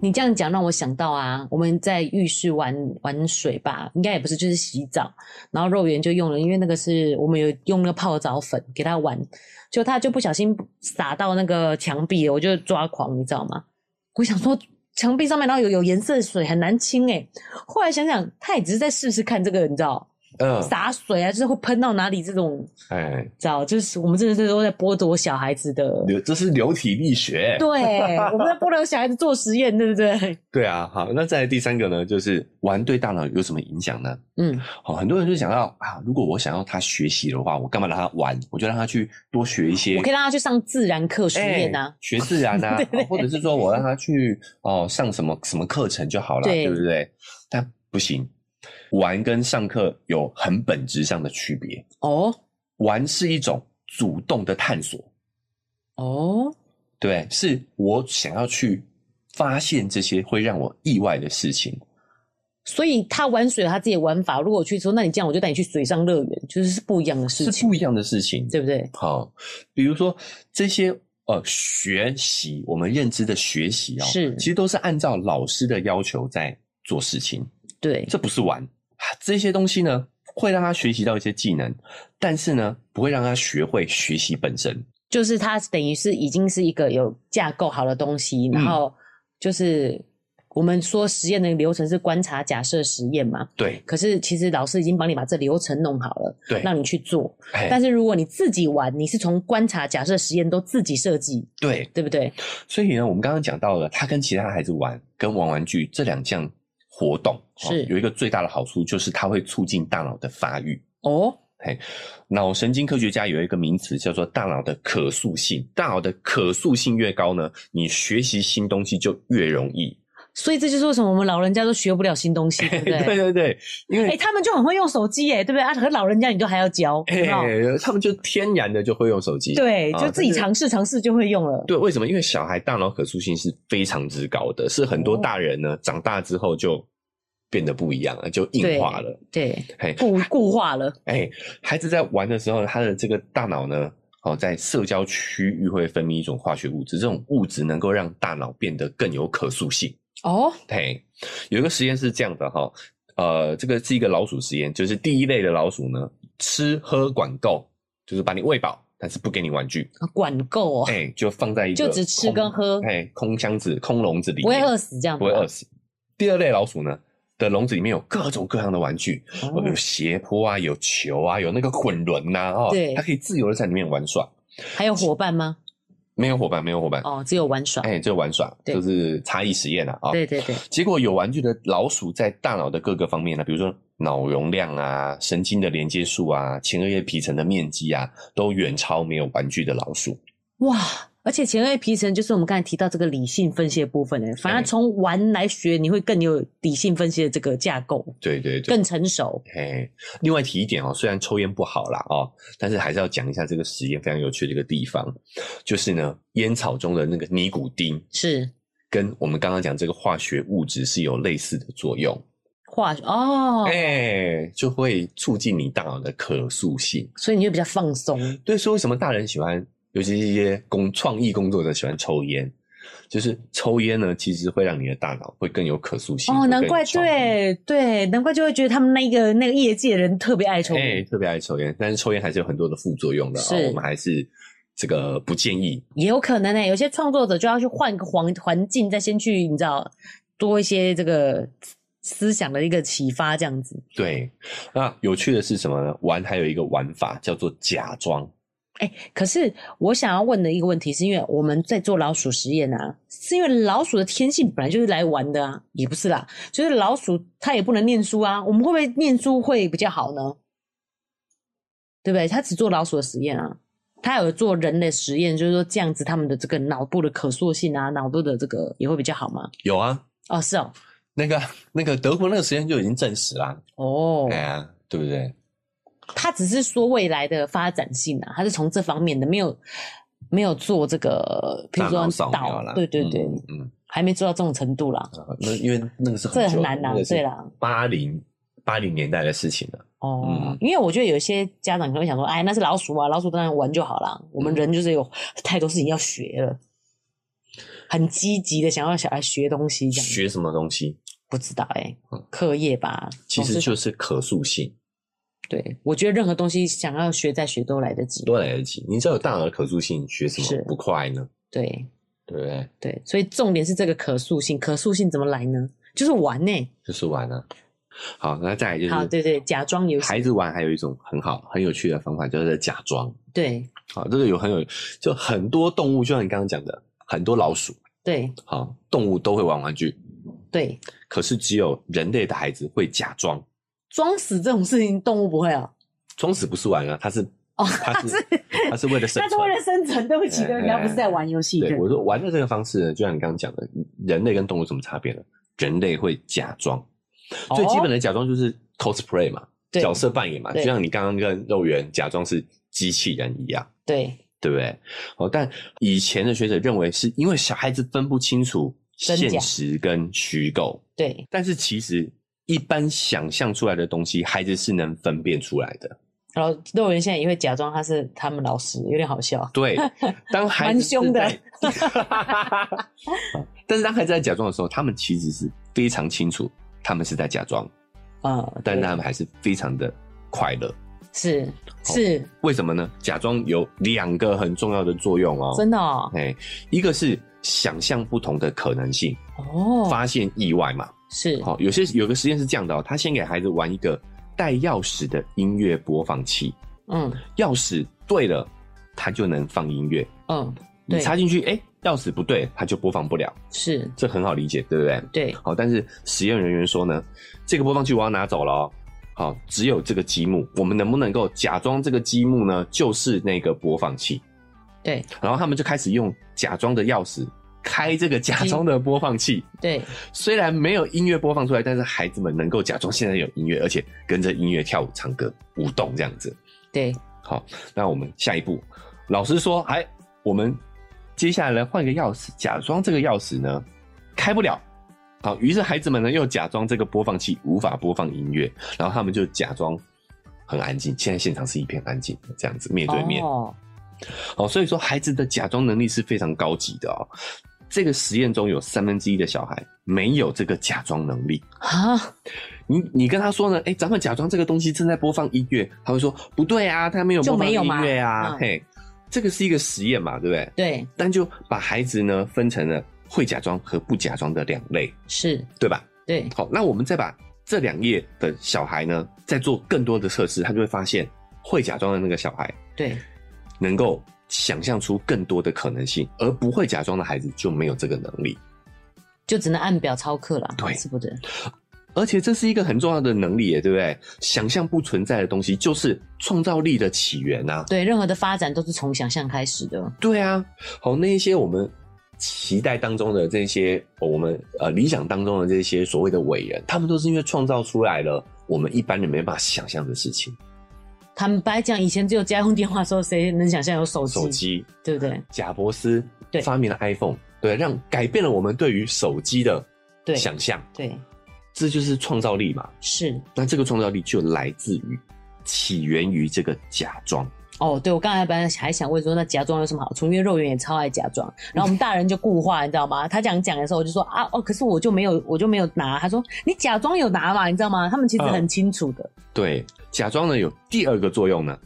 Speaker 1: 你这样讲让我想到啊，我们在浴室玩玩水吧，应该也不是，就是洗澡。然后肉圆就用了，因为那个是我们有用那个泡澡粉给他玩，就他就不小心洒到那个墙壁了，我就抓狂，你知道吗？我想说墙壁上面然后有有颜色的水很难清诶、后来想想他也只是在试试看这个，你知道
Speaker 2: 嗯，
Speaker 1: 洒水啊，就是会喷到哪里这种，
Speaker 2: 哎，
Speaker 1: 你知道就是我们真的是都在剥夺小孩子的
Speaker 2: 流这是流体 力学。
Speaker 1: 对，我们在不能小孩子做实验，对不对？
Speaker 2: 对啊，好，那再来第三个呢，就是玩对大脑有什么影响呢？
Speaker 1: 嗯，
Speaker 2: 好，很多人就想到啊，如果我想要他学习的话，我干嘛让他玩？我就让他去多学一些
Speaker 1: 我可以让他去上自然课实
Speaker 2: 哎
Speaker 1: 验呐、
Speaker 2: 学自然 啊，
Speaker 1: 对对
Speaker 2: 或者是说我让他去哦上什么什么课程就好了，
Speaker 1: 对
Speaker 2: 对不对？但不行，玩跟上课有很本质上的区别。
Speaker 1: 哦
Speaker 2: 玩是一种主动的探索，
Speaker 1: 哦，
Speaker 2: 对不对，是我想要去发现这些会让我意外的事情。
Speaker 1: 所以他玩水有他自己的玩法。如果我去说，那你这样我就带你去水上乐园，就是是不一样的事
Speaker 2: 是
Speaker 1: 情，
Speaker 2: 不一样的事情，
Speaker 1: 对不对？
Speaker 2: 好，比如说这些呃学习，我们认知的学习哦，
Speaker 1: 是
Speaker 2: 其实都是按照老师的要求在做事情，
Speaker 1: 对，
Speaker 2: 这不是玩。啊这些东西呢，会让他学习到一些技能，但是呢，不会让他学会学习本身。
Speaker 1: 就是他等于是已经是一个有架构好的东西，然后就是我们说实验的流程是观察、假设、实验嘛。
Speaker 2: 对
Speaker 1: 可是其实老师已经帮你把这流程弄好了，
Speaker 2: 对，
Speaker 1: 让你去做。
Speaker 2: 哎
Speaker 1: 但是如果你自己玩，你是从观察、假设、实验都自己设计，
Speaker 2: 对，
Speaker 1: 对不对？
Speaker 2: 所以呢，我们刚刚讲到了，他跟其他孩子玩，跟玩玩具这两项活动哦
Speaker 1: 是
Speaker 2: 有一个最大的好处，就是它会促进大脑的发育。
Speaker 1: 哦，
Speaker 2: 脑神经科学家有一个名词叫做大脑的可塑性，大脑的可塑性越高呢，你学习新东西就越容易。
Speaker 1: 所以这就是为什么我们老人家都学不了新东西，对不
Speaker 2: 对
Speaker 1: 对？
Speaker 2: 对对，因
Speaker 1: 哎、
Speaker 2: 为
Speaker 1: 他们就很会用手机，哎，对不对？啊，和老人家你就还要教，
Speaker 2: 哎、
Speaker 1: 有没有
Speaker 2: 他们就天然的就会用手机。
Speaker 1: 对，
Speaker 2: 啊
Speaker 1: 就自己
Speaker 2: 但是
Speaker 1: 尝试尝试就会用了。
Speaker 2: 对，为什么？因为小孩大脑可塑性是非常之高的，是很多
Speaker 1: 哦
Speaker 2: 大人呢、长大之后就变得不一样了，就硬化了。
Speaker 1: 对，
Speaker 2: 嘿，
Speaker 1: 固固化了，
Speaker 2: 哎，孩子在玩的时候，他的这个大脑呢，哦，在社交区域会分泌一种化学物质，这种物质能够让大脑变得更有可塑性。
Speaker 1: 哦，
Speaker 2: 嘿，有一个实验是这样的哈，呃，这个是一个老鼠实验，就是第一类的老鼠呢，吃喝管够，就是把你喂饱，但是不给你玩具，
Speaker 1: 管够哦，
Speaker 2: 哎、就放在一个
Speaker 1: 就只吃跟喝
Speaker 2: 哎、空箱子、空笼子里
Speaker 1: 不会
Speaker 2: 面，
Speaker 1: 饿死这样，
Speaker 2: 不会饿，死。第二类老鼠呢的笼子里面有各种各样的玩具，
Speaker 1: 哦
Speaker 2: 有斜坡啊，有球啊，有那个滚轮呐、哦，
Speaker 1: 对
Speaker 2: 它可以自由的在里面玩耍，
Speaker 1: 还有伙伴吗？
Speaker 2: 没有伙伴，没有伙伴，
Speaker 1: 哦，只有玩耍。
Speaker 2: 哎、就玩耍，
Speaker 1: 对
Speaker 2: 就是差异实验啊，啊、
Speaker 1: 对对对，
Speaker 2: 结果有玩具的老鼠在大脑的各个方面呢，比如说脑容量啊、神经的连接数啊、前额叶皮层的面积啊，都远超没有玩具的老鼠。
Speaker 1: 哇！而且前额皮层就是我们刚才提到这个理性分析的部分，哎，反而从玩来学，你会更有理性分析的这个架构，
Speaker 2: 对对对。
Speaker 1: 更成熟。
Speaker 2: 嘿，另外提一点哦，虽然抽烟不好啦哦，但是还是要讲一下这个实验非常有趣的一个地方，就是呢，烟草中的那个尼古丁
Speaker 1: 是
Speaker 2: 跟我们刚刚讲这个化学物质是有类似的作用，
Speaker 1: 化哦，
Speaker 2: 哎、就会促进你大脑的可塑性。
Speaker 1: 所以你就比较放松。
Speaker 2: 对，所以为什么大人喜欢，尤其是一些工创意工作者喜欢抽烟？就是抽烟呢，其实会让你的大脑会更有可塑性。
Speaker 1: 哦，
Speaker 2: 会更
Speaker 1: 难
Speaker 2: 有
Speaker 1: 怪，
Speaker 2: 创意
Speaker 1: 对对，难怪就会觉得他们那个那个业界人特别爱抽
Speaker 2: 哎、
Speaker 1: 烟，
Speaker 2: 特别爱抽烟，但是抽烟还是有很多的副作用的啊、
Speaker 1: 是
Speaker 2: 我们还是这个不建议。
Speaker 1: 也有可能呢、有些创作者就要去换个环环境，再先去你知道多一些这个思想的一个启发，这样子。
Speaker 2: 对，那有趣的是什么呢？玩还有一个玩法叫做假装。
Speaker 1: 哎、可是我想要问的一个问题，是因为我们在做老鼠实验啊，是因为老鼠的天性本来就是来玩的啊，也不是啦，就是老鼠它也不能念书啊，我们会不会念书会比较好呢？对不对？它只做老鼠的实验啊，它有做人的实验，就是说这样子他们的这个脑部的可塑性啊，脑部的这个也会比较好吗？
Speaker 2: 有啊，
Speaker 1: 哦，是哦，
Speaker 2: 那个那个德国那个实验就已经证实啦。
Speaker 1: 哦
Speaker 2: 哎，呀，对不对？
Speaker 1: 它只是说未来的发展性啊，它是从这方面的，没有没有做这个，比如
Speaker 2: 大
Speaker 1: 说
Speaker 2: 脑扫描啦
Speaker 1: 导，对对对。
Speaker 2: 嗯嗯，
Speaker 1: 还没做到这种程度啦，
Speaker 2: 啊那因为那个是
Speaker 1: 这
Speaker 2: 很
Speaker 1: 个
Speaker 2: 久
Speaker 1: 很
Speaker 2: 了
Speaker 1: 难啦
Speaker 2: 那，个是
Speaker 1: 对啦，
Speaker 2: 八零八零年代的事情了。
Speaker 1: 哦，
Speaker 2: 嗯
Speaker 1: 因为我觉得有些家长可能会想说，哎，那是老鼠啊，老鼠当然玩就好啦。我
Speaker 2: 嗯
Speaker 1: 们人就是有太多事情要学了，很积极的想要小孩学东西，这样
Speaker 2: 学什么东西，
Speaker 1: 不知道哎、
Speaker 2: 嗯
Speaker 1: 课业吧，
Speaker 2: 其
Speaker 1: 总
Speaker 2: 实
Speaker 1: 哦是
Speaker 2: 就是可塑性，
Speaker 1: 对我觉得任何东西想要学再学都来得及，
Speaker 2: 都来得及。你知道有大脑的可塑性，学什
Speaker 1: 是
Speaker 2: 么不快呢？
Speaker 1: 对
Speaker 2: 对不对？
Speaker 1: 对，所以重点是这个可塑性，可塑性怎么来呢？就是玩呢、
Speaker 2: 就是玩啊。好，那再来就
Speaker 1: 好，
Speaker 2: 是
Speaker 1: 对对，假装游戏，
Speaker 2: 孩子玩还有一种很好很有趣的方法，叫做假装。
Speaker 1: 对
Speaker 2: 好，这个有很有，就很多动物，就像你刚刚讲的，很多老鼠，
Speaker 1: 对
Speaker 2: 好，动物都会玩玩具，
Speaker 1: 对，
Speaker 2: 可是只有人类的孩子会假装，
Speaker 1: 装死这种事情动物不会啊。
Speaker 2: 装死不是玩啊，他是
Speaker 1: 哦
Speaker 2: 他是他是 为了生
Speaker 1: 那
Speaker 2: 存
Speaker 1: 是。为了生存，对不起，
Speaker 2: 哎
Speaker 1: 对不起，他不是在玩游戏。
Speaker 2: 对，我说玩的这个方式呢，就像你刚刚讲的，人类跟动物有什么差别呢？人类会假装，
Speaker 1: 哦
Speaker 2: 最基本的假装就是 cosplay 嘛，
Speaker 1: 对
Speaker 2: 角色扮演嘛，就
Speaker 1: 对
Speaker 2: 像你刚刚跟肉圆假装是机器人一样，
Speaker 1: 对
Speaker 2: 对不对？哦，但以前的学者认为是因为小孩子分不清楚
Speaker 1: 真假
Speaker 2: 现实跟虚构，
Speaker 1: 对，
Speaker 2: 但是其实一般想象出来的东西，孩子是能分辨出来的。
Speaker 1: 然后肉圆现在也会假装他是他们老师，有点好笑。
Speaker 2: 对，当孩子
Speaker 1: 蛮凶的
Speaker 2: 是在，但是当孩子在假装的时候，他们其实是非常清楚，他们是在假装，
Speaker 1: 啊，
Speaker 2: 但
Speaker 1: 对
Speaker 2: 他们还是非常的快乐。
Speaker 1: 是是
Speaker 2: 为什么呢？假装有两个很重要的作用哦。
Speaker 1: 真的哦，
Speaker 2: 哎，一个是想象不同的可能性，
Speaker 1: 哦，
Speaker 2: 发现意外嘛。
Speaker 1: 是
Speaker 2: 好、有些有个实验是这样的哦，他先给孩子玩一个带钥匙的音乐播放器，
Speaker 1: 嗯
Speaker 2: 钥匙对了，他就能放音乐。
Speaker 1: 嗯，
Speaker 2: 你
Speaker 1: 对
Speaker 2: 插进去，哎、钥匙不对，它就播放不了，
Speaker 1: 是，
Speaker 2: 这很好理解，对不对？
Speaker 1: 对
Speaker 2: 好，但是实验人员说呢，这个播放器我要拿走了哦。好，只有这个积木，我们能不能够假装这个积木呢就是那个播放器？
Speaker 1: 对
Speaker 2: 然后他们就开始用假装的钥匙开这个假装的播放器，
Speaker 1: 对，
Speaker 2: 虽然没有音乐播放出来，但是孩子们能够假装现在有音乐，而且跟着音乐跳舞、唱歌、舞动这样子。
Speaker 1: 对
Speaker 2: 好，那我们下一步，老师说，哎，我们接下来换一个钥匙，假装这个钥匙呢开不了。好，于是孩子们呢又假装这个播放器无法播放音乐，然后他们就假装很安静。现在现场是一片安静的，这样子面对面。
Speaker 1: 哦，
Speaker 2: 哦，所以说孩子的假装能力是非常高级的哦。这个实验中有三分之一的小孩没有这个假装能力。
Speaker 1: 啊，
Speaker 2: 你你跟他说呢？哎、咱们假装这个东西正在播放音乐，他会说不对啊，他没有播
Speaker 1: 就
Speaker 2: 放
Speaker 1: 没有
Speaker 2: 音
Speaker 1: 嘛
Speaker 2: 乐啊。
Speaker 1: 嗯
Speaker 2: 嘿，这个是一个实验嘛，对不对？
Speaker 1: 对
Speaker 2: 但就把孩子呢分成了会假装和不假装的两类，
Speaker 1: 是，
Speaker 2: 对吧？
Speaker 1: 对
Speaker 2: 好，那我们再把这两页的小孩呢，再做更多的测试，他就会发现会假装的那个小孩
Speaker 1: 对
Speaker 2: 能够想象出更多的可能性，而不会假装的孩子就没有这个能力。
Speaker 1: 就只能按表操课啦，
Speaker 2: 对
Speaker 1: 是不是？
Speaker 2: 而且这是一个很重要的能力耶，对不对？想象不存在的东西就是创造力的起源啊！
Speaker 1: 对，任何的发展都是从想象开始的，
Speaker 2: 对啊，好，那一些我们期待当中的这些，呃我们呃理想当中的这些所谓的伟人，他们都是因为创造出来了我们一般人没办法想象的事情，
Speaker 1: 坦白讲，以前只有家用电话的时候，谁能想象有手机？
Speaker 2: 手机。
Speaker 1: 对不对？
Speaker 2: 贾伯斯
Speaker 1: 对
Speaker 2: 发明了 iPhone，对，让改变了我们对于手机的
Speaker 1: 对
Speaker 2: 想象，
Speaker 1: 对，
Speaker 2: 这就是创造力嘛。
Speaker 1: 是
Speaker 2: 那这个创造力就来自于起源于这个假装。
Speaker 1: 哦，对，我刚才本来还想问说，那假装有什么好处？因为肉圆也超爱假装，然后我们大人就固化，你知道吗？他讲讲的时候，我就说啊，哦，可是我就没有，我就没有拿。他说你假装有拿嘛，你知道吗？他们其实
Speaker 2: 嗯
Speaker 1: 很清楚的。
Speaker 2: 对，假装呢有第二个作用呢，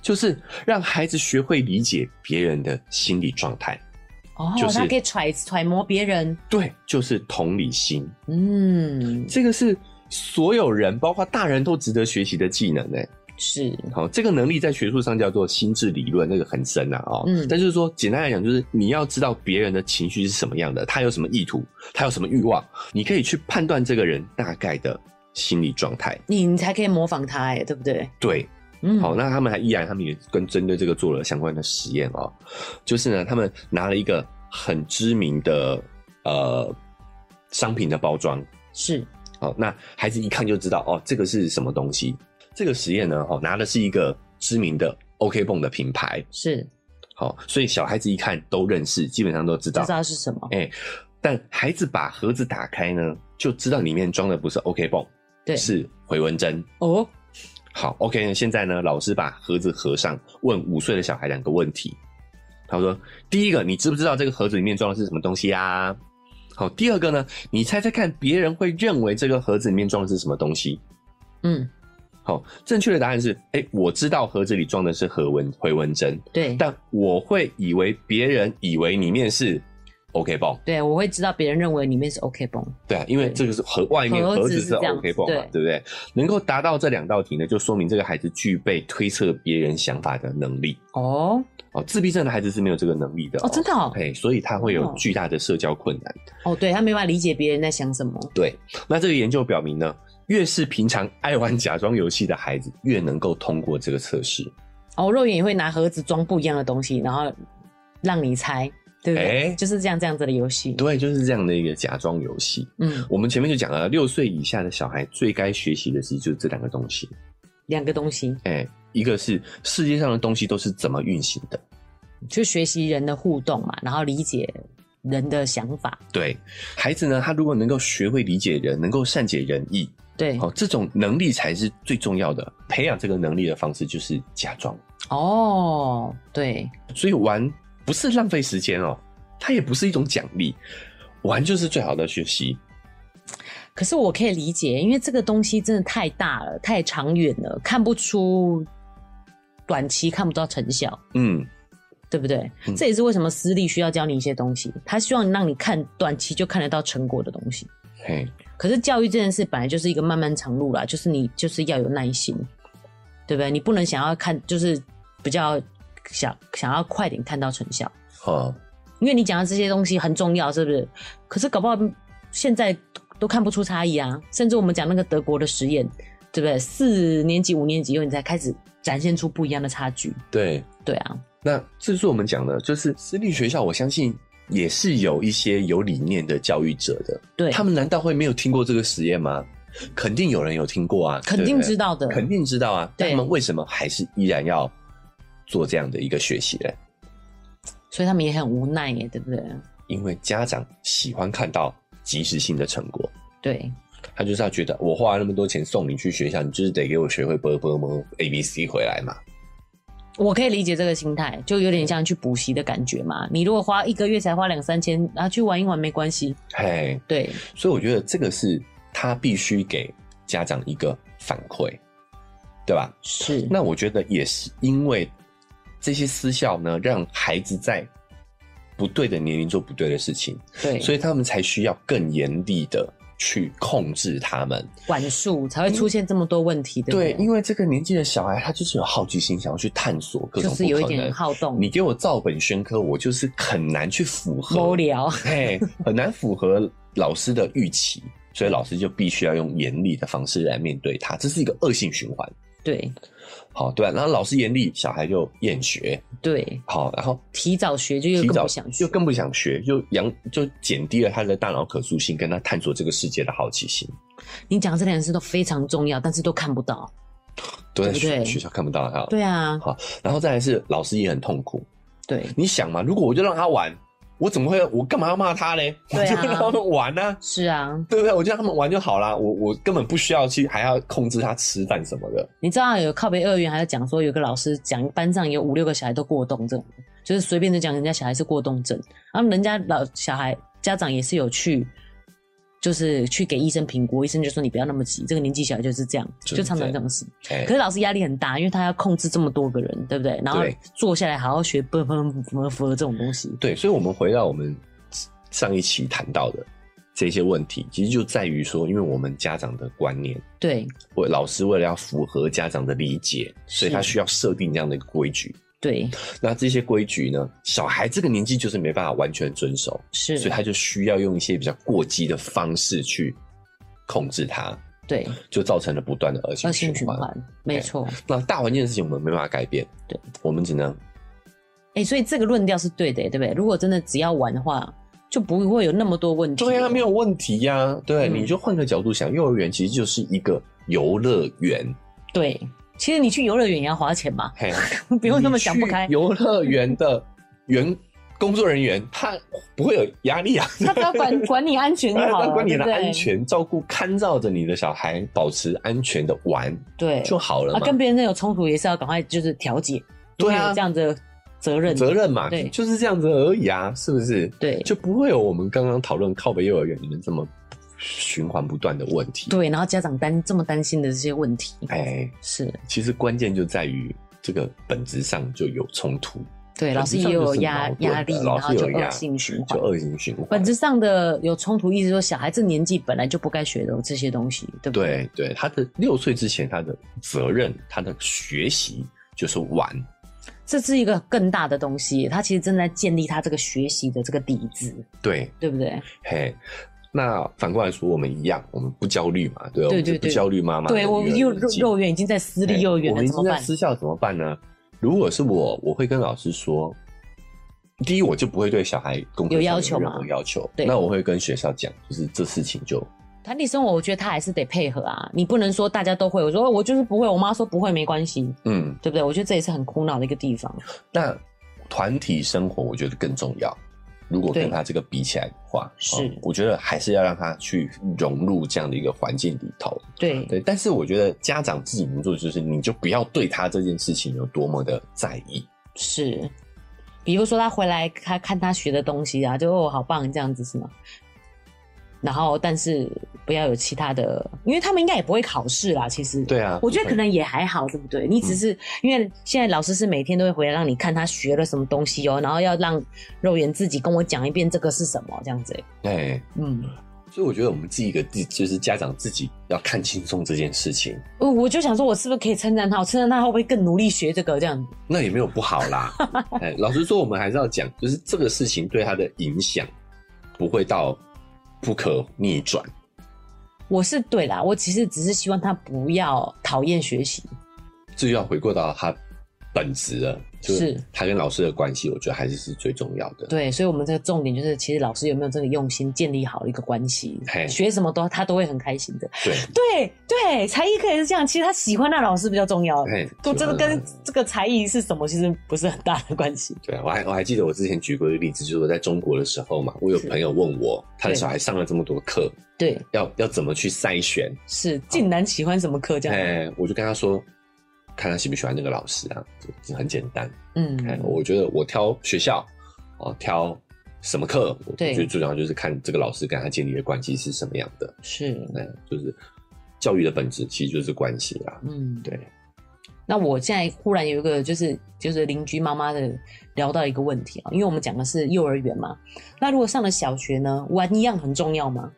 Speaker 2: 就是让孩子学会理解别人的心理状态。
Speaker 1: 哦，
Speaker 2: 就是
Speaker 1: 他可以揣揣摩别人，
Speaker 2: 对，就是同理心，
Speaker 1: 嗯，
Speaker 2: 这个是所有人，包括大人都值得学习的技能呢。
Speaker 1: 是，
Speaker 2: 好，这个能力在学术上叫做心智理论，那个很深啊、哦。
Speaker 1: 嗯
Speaker 2: 但就是说，简单来讲，就是你要知道别人的情绪是什么样的，他有什么意图，他有什么欲望，你可以去判断这个人大概的心理状态。
Speaker 1: 你你才可以模仿他，哎，对不对？
Speaker 2: 对，
Speaker 1: 嗯，
Speaker 2: 好，那他们还依然，他们也跟针对这个做了相关的实验哦，就是呢，他们拿了一个很知名的呃商品的包装，
Speaker 1: 是，
Speaker 2: 哦，那孩子一看就知道哦，这个是什么东西。这个实验呢，哦，拿的是一个知名的 OK 泵的品牌，
Speaker 1: 是，
Speaker 2: 好、所以小孩子一看都认识，基本上都知
Speaker 1: 知
Speaker 2: 道，
Speaker 1: 道是什么，
Speaker 2: 哎、但孩子把盒子打开呢，就知道里面装的不是 OK 泵，
Speaker 1: 对，
Speaker 2: 是回纹针。
Speaker 1: 哦，
Speaker 2: 好，OK，现在呢，老师把盒子合上，问五岁的小孩两个问题。他说：第一个，你知不知道这个盒子里面装的是什么东西啊？好，第二个呢，你猜猜看，别人会认为这个盒子里面装的是什么东西？
Speaker 1: 嗯，
Speaker 2: 好，正确的答案是：哎、我知道盒子里装的是回纹回纹针，
Speaker 1: 对，
Speaker 2: 但我会以为别人以为里面是 OK 绷，
Speaker 1: 对，我会知道别人认为里面是 OK 绷，
Speaker 2: 对啊，因为
Speaker 1: 对
Speaker 2: 这个是盒外面
Speaker 1: 盒
Speaker 2: 盒
Speaker 1: 子
Speaker 2: 子
Speaker 1: 是
Speaker 2: 是
Speaker 1: 这样
Speaker 2: OK 绷嘛，
Speaker 1: 子
Speaker 2: 对不对？能够达到这两道题呢，就说明这个孩子具备推测别人想法的能力。
Speaker 1: 哦，
Speaker 2: 哦，自闭症的孩子是没有这个能力的
Speaker 1: 哦，真的哦，
Speaker 2: 哎，所以他会有
Speaker 1: 哦
Speaker 2: 巨大的社交困难。
Speaker 1: 哦，对他没办法理解别人在想什么，
Speaker 2: 对，那这个研究表明呢，越是平常爱玩假装游戏的孩子，越能够通过这个测试。
Speaker 1: 哦，肉眼也会拿盒子装不一样的东西，然后让你猜，对不对？
Speaker 2: 哎
Speaker 1: 就是这样这样子的游戏。
Speaker 2: 对，就是这样的一个假装游戏。
Speaker 1: 嗯，
Speaker 2: 我们前面就讲了，六岁以下的小孩最该学习的其实就是这两个东西。
Speaker 1: 两个东西，
Speaker 2: 哎、一个是世界上的东西都是怎么运行的，
Speaker 1: 就学习人的互动嘛，然后理解人的想法。
Speaker 2: 对孩子呢，他如果能够学会理解人，能够善解人意，
Speaker 1: 对，
Speaker 2: 哦，这种能力才是最重要的。培养这个能力的方式就是假装，
Speaker 1: 哦，对，
Speaker 2: 所以玩不是浪费时间哦，它也不是一种奖励，玩就是最好的学习。
Speaker 1: 可是我可以理解，因为这个东西真的太大了，太长远了，看不出短期看不到成效，
Speaker 2: 嗯，
Speaker 1: 对不对？
Speaker 2: 嗯
Speaker 1: 这也是为什么私立需要教你一些东西，他希望让你看短期就看得到成果的东西。
Speaker 2: 嘿，
Speaker 1: 可是教育这件事本来就是一个漫漫长路啦，就是你就是要有耐心，对不对？你不能想要看，就是比较想想要快点看到成效，
Speaker 2: 哦，
Speaker 1: 因为你讲的这些东西很重要，是不是？可是搞不好现在都看不出差异啊，甚至我们讲那个德国的实验，对不对？四年级、五年级以后，你才开始展现出不一样的差距，
Speaker 2: 对，
Speaker 1: 对啊，
Speaker 2: 那这是我们讲的，就是私立学校，我相信也是有一些有理念的教育者的。
Speaker 1: 对，
Speaker 2: 他们难道会没有听过这个实验吗？肯定有人有听过啊，
Speaker 1: 肯定
Speaker 2: 对不对
Speaker 1: 知道的，
Speaker 2: 肯定知道啊。
Speaker 1: 对
Speaker 2: 但他们为什么还是依然要做这样的一个学习呢？
Speaker 1: 所以他们也很无奈耶，对不对？
Speaker 2: 因为家长喜欢看到及时性的成果，
Speaker 1: 对，
Speaker 2: 他就是要觉得我花了那么多钱送你去学校，你就是得给我学会波波么 A B C 回来嘛。
Speaker 1: 我可以理解这个心态，就有
Speaker 2: 嗯
Speaker 1: 点像去补习的感觉嘛。你如果花一个月才花两三千，然后去玩一玩没关系。
Speaker 2: 嘿，
Speaker 1: 对，
Speaker 2: 所以我觉得这个是他必须给家长一个反馈，对吧？
Speaker 1: 是，
Speaker 2: 那我觉得也是因为这些私校呢，让孩子在不对的年龄做不对的事情，
Speaker 1: 对，
Speaker 2: 所
Speaker 1: 以
Speaker 2: 以他们才需要更严厉的去控制他们。
Speaker 1: 管束才会出现这么多问题，对不
Speaker 2: 对，
Speaker 1: 对？
Speaker 2: 因为这个年纪的小孩，他就是有好奇心，想要去探索各
Speaker 1: 就
Speaker 2: 种不
Speaker 1: 是有一
Speaker 2: 可
Speaker 1: 点
Speaker 2: 能。
Speaker 1: 好动，
Speaker 2: 你给我照本宣科，我就是很难去符合
Speaker 1: 无，聊，
Speaker 2: 嘿，很难符合老师的预期，所以老师就必须要用严厉的方式来面对他，这是一个恶性循环。
Speaker 1: 对
Speaker 2: 好，对吧、啊然后老师严厉，小孩就厌学，
Speaker 1: 对，
Speaker 2: 好，然后
Speaker 1: 提早学就又
Speaker 2: 提
Speaker 1: 更
Speaker 2: 早
Speaker 1: 不想
Speaker 2: 又
Speaker 1: 学，
Speaker 2: 更不想学，就养就减低了他的大脑可塑性，跟他探索这个世界的好奇心。
Speaker 1: 你讲这两件事都非常重要，但是都看不到，
Speaker 2: 都
Speaker 1: 对
Speaker 2: 在
Speaker 1: 不
Speaker 2: 学
Speaker 1: 对
Speaker 2: 学校看不到他。
Speaker 1: 对啊，
Speaker 2: 然后再来是老师也很痛苦。
Speaker 1: 对
Speaker 2: 你想嘛，如果我就让他玩，我怎么会？我干嘛要骂他嘞？
Speaker 1: 对啊
Speaker 2: 我就让他们玩啊，
Speaker 1: 是啊，
Speaker 2: 对不对？我就让他们玩就好啦。我我根本不需要去还要控制他吃饭什么的。
Speaker 1: 你知道有靠北二元还有讲说，有个老师讲班上有五六个小孩都过动症，就是随便就讲人家小孩是过动症，然后人家老小孩家长也是有去，就是去给医生评估，医生就说你不要那么急，这个年纪小孩就是这样，
Speaker 2: 就是
Speaker 1: 就常
Speaker 2: 这
Speaker 1: 常
Speaker 2: 样
Speaker 1: 这种事。
Speaker 2: 哎、
Speaker 1: 可是老师压力很大，因为他要控制这么多个人，对不对？然后
Speaker 2: 对
Speaker 1: 坐下来好好学分分分分这种东西，
Speaker 2: 对，所以我们回到我们上一期谈到的这些问题，其实就在于说，因为我们家长的观念，
Speaker 1: 对
Speaker 2: 为老师为了要符合家长的理解，所以
Speaker 1: 是
Speaker 2: 他需要设定这样的一个规矩。
Speaker 1: 对
Speaker 2: 那这些规矩呢，小孩这个年纪就是没办法完全遵守，
Speaker 1: 是，
Speaker 2: 所以他就需要用一些比较过激的方式去控制他，
Speaker 1: 对
Speaker 2: 就造成了不断的恶性
Speaker 1: 恶性
Speaker 2: 循
Speaker 1: 循
Speaker 2: 环。
Speaker 1: 环，没错。
Speaker 2: 那大环境的事情我们没办法改变，
Speaker 1: 对，
Speaker 2: 我们只能
Speaker 1: 哎、所以这个论调是对的、对不对？如果真的只要玩的话，就不会有那么多问题。
Speaker 2: 对啊，没有问题呀、对，
Speaker 1: 嗯
Speaker 2: 你就换个角度想，幼儿园其实就是一个游乐园，
Speaker 1: 对，其实你去游乐园也要花钱嘛，
Speaker 2: 嘿，
Speaker 1: 不用那么想不开
Speaker 2: 你去。游乐园的员工作人员他不会有压 力啊，
Speaker 1: 他只要管管你安全就好
Speaker 2: 他
Speaker 1: 了，
Speaker 2: 管你的
Speaker 1: 对不对
Speaker 2: 安全，照顾看照着你的小孩，保持安全的玩
Speaker 1: 对
Speaker 2: 就好了
Speaker 1: 啊，
Speaker 2: 嘛。
Speaker 1: 跟别人有冲突也是要赶快就是调解，
Speaker 2: 对
Speaker 1: 因为
Speaker 2: 啊
Speaker 1: 有这样的责任
Speaker 2: 责任嘛，
Speaker 1: 对
Speaker 2: 就是这样子而已啊，是不是？
Speaker 1: 对
Speaker 2: 就不会有我们刚刚讨论靠北幼儿园里面这么循环不断的问题。
Speaker 1: 对，然后家长担这么担心的这些问题，
Speaker 2: 哎，
Speaker 1: 是
Speaker 2: 其实关键就在于这个本质上就有冲突，
Speaker 1: 对
Speaker 2: 本
Speaker 1: 老
Speaker 2: 质
Speaker 1: 师
Speaker 2: 上
Speaker 1: 也
Speaker 2: 就
Speaker 1: 有
Speaker 2: 是
Speaker 1: 压
Speaker 2: 矛盾
Speaker 1: 压力，
Speaker 2: 的
Speaker 1: 然
Speaker 2: 老
Speaker 1: 后
Speaker 2: 师
Speaker 1: 就
Speaker 2: 有压
Speaker 1: 恶性循环
Speaker 2: 就。恶性循环。
Speaker 1: 本质上的有冲突，意思说小孩这年纪本来就不该学的这些东西，对不对？
Speaker 2: 对对，他的六岁之前，他的责任，他的学习就是玩。
Speaker 1: 这是一个更大的东西，他其实正在建立他这个学习的这个底子，
Speaker 2: 对，
Speaker 1: 对不对？
Speaker 2: 嘿，那反过来说，我们一样，我们不焦虑嘛，对
Speaker 1: 对
Speaker 2: 吧？我们就
Speaker 1: 对对
Speaker 2: 不焦虑妈妈的
Speaker 1: 对，我
Speaker 2: 育
Speaker 1: 幼
Speaker 2: 儿年纪
Speaker 1: 幼儿园已经在私立
Speaker 2: 嘿
Speaker 1: 幼儿园
Speaker 2: 哎我
Speaker 1: 了，
Speaker 2: 们已
Speaker 1: 怎么
Speaker 2: 经在
Speaker 1: 办？
Speaker 2: 私校怎么办呢？如果是我，我会跟老师说，第一，我就不会对小孩功课
Speaker 1: 有
Speaker 2: 上
Speaker 1: 要求
Speaker 2: 任
Speaker 1: 吗
Speaker 2: 何要求。
Speaker 1: 对
Speaker 2: 那我会跟学校讲，就是这事情就
Speaker 1: 团体生活，我觉得他还是得配合啊，你不能说大家都会，我说哦我就是不会，我妈说不会没关系，
Speaker 2: 嗯，
Speaker 1: 对不对？我觉得这也是很苦恼的一个地方。
Speaker 2: 那团体生活我觉得更重要。如果跟
Speaker 1: 对
Speaker 2: 他这个比起来的话，
Speaker 1: 是
Speaker 2: 嗯我觉得还是要让他去融入这样的一个环境里头。
Speaker 1: 对，
Speaker 2: 啊对，但是我觉得家长自己能做的就是，你就不要对他这件事情有多么的在意。
Speaker 1: 是，比如说他回来，他看他学的东西啊，就哦好棒这样子是吗？然后，但是不要有其他的，因为他们应该也不会考试啦。其实，
Speaker 2: 对啊
Speaker 1: 我觉
Speaker 2: 不
Speaker 1: 得
Speaker 2: 会嗯
Speaker 1: 可能也还好，对不对？你只是、因为现在老师是每天都会回来让你看他学了什么东西哦，然后要让肉眼自己跟我讲一遍这个是什么这样子、
Speaker 2: 哎，
Speaker 1: 嗯，
Speaker 2: 所以我觉得我们自己一个自就是家长自己要看轻松这件事情，
Speaker 1: 我嗯我就想说，我是不是可以称赞他？我称赞他会不会更努力学这个这样子？
Speaker 2: 那也没有不好 啦。哎，老实说，我们还是要讲，就是这个事情对他的影响不会到不可逆转。
Speaker 1: 我是对啦，我其实只是希望他不要讨厌学习。
Speaker 2: 这就要回过到他本质了，就是
Speaker 1: 是
Speaker 2: 他跟老师的关系，我觉得还是是最重要的。
Speaker 1: 对，所以我们这个重点就是，其实老师有没有真的用心建立好一个关系
Speaker 2: 嘿，
Speaker 1: 学什么都他都会很开心的。
Speaker 2: 对，
Speaker 1: 对对，才艺课也是这样，其实他喜欢那老师比较重要
Speaker 2: 嘿，
Speaker 1: 都真的
Speaker 2: 喜欢那
Speaker 1: 跟这个才艺是什么其实不是很大的关系。
Speaker 2: 嗯对啊，我还我还记得我之前举过一个例子，就是我在中国的时候嘛，我有
Speaker 1: 是
Speaker 2: 朋友问我，他的
Speaker 1: 对
Speaker 2: 小孩上了这么多课，
Speaker 1: 对，
Speaker 2: 要要怎么去筛选？
Speaker 1: 是哦竟然喜欢什么课这样？
Speaker 2: 哎，我就跟他说，看他喜不喜欢那个老师啊，这这很简单。哎，
Speaker 1: 嗯，
Speaker 2: 我觉得我挑学校，哦，挑什么课，我我
Speaker 1: 对
Speaker 2: 觉得最重要就是看这个老师跟他建立的关系是什么样的。
Speaker 1: 是，
Speaker 2: 哎，就是教育的本质其实就是关系啦。
Speaker 1: 嗯，
Speaker 2: 对，
Speaker 1: 那我现在忽然有一个就是就是邻居妈妈的聊到一个问题啊，因为我们讲的是幼儿园嘛，那如果上了小学呢，玩一样很重要吗？嗯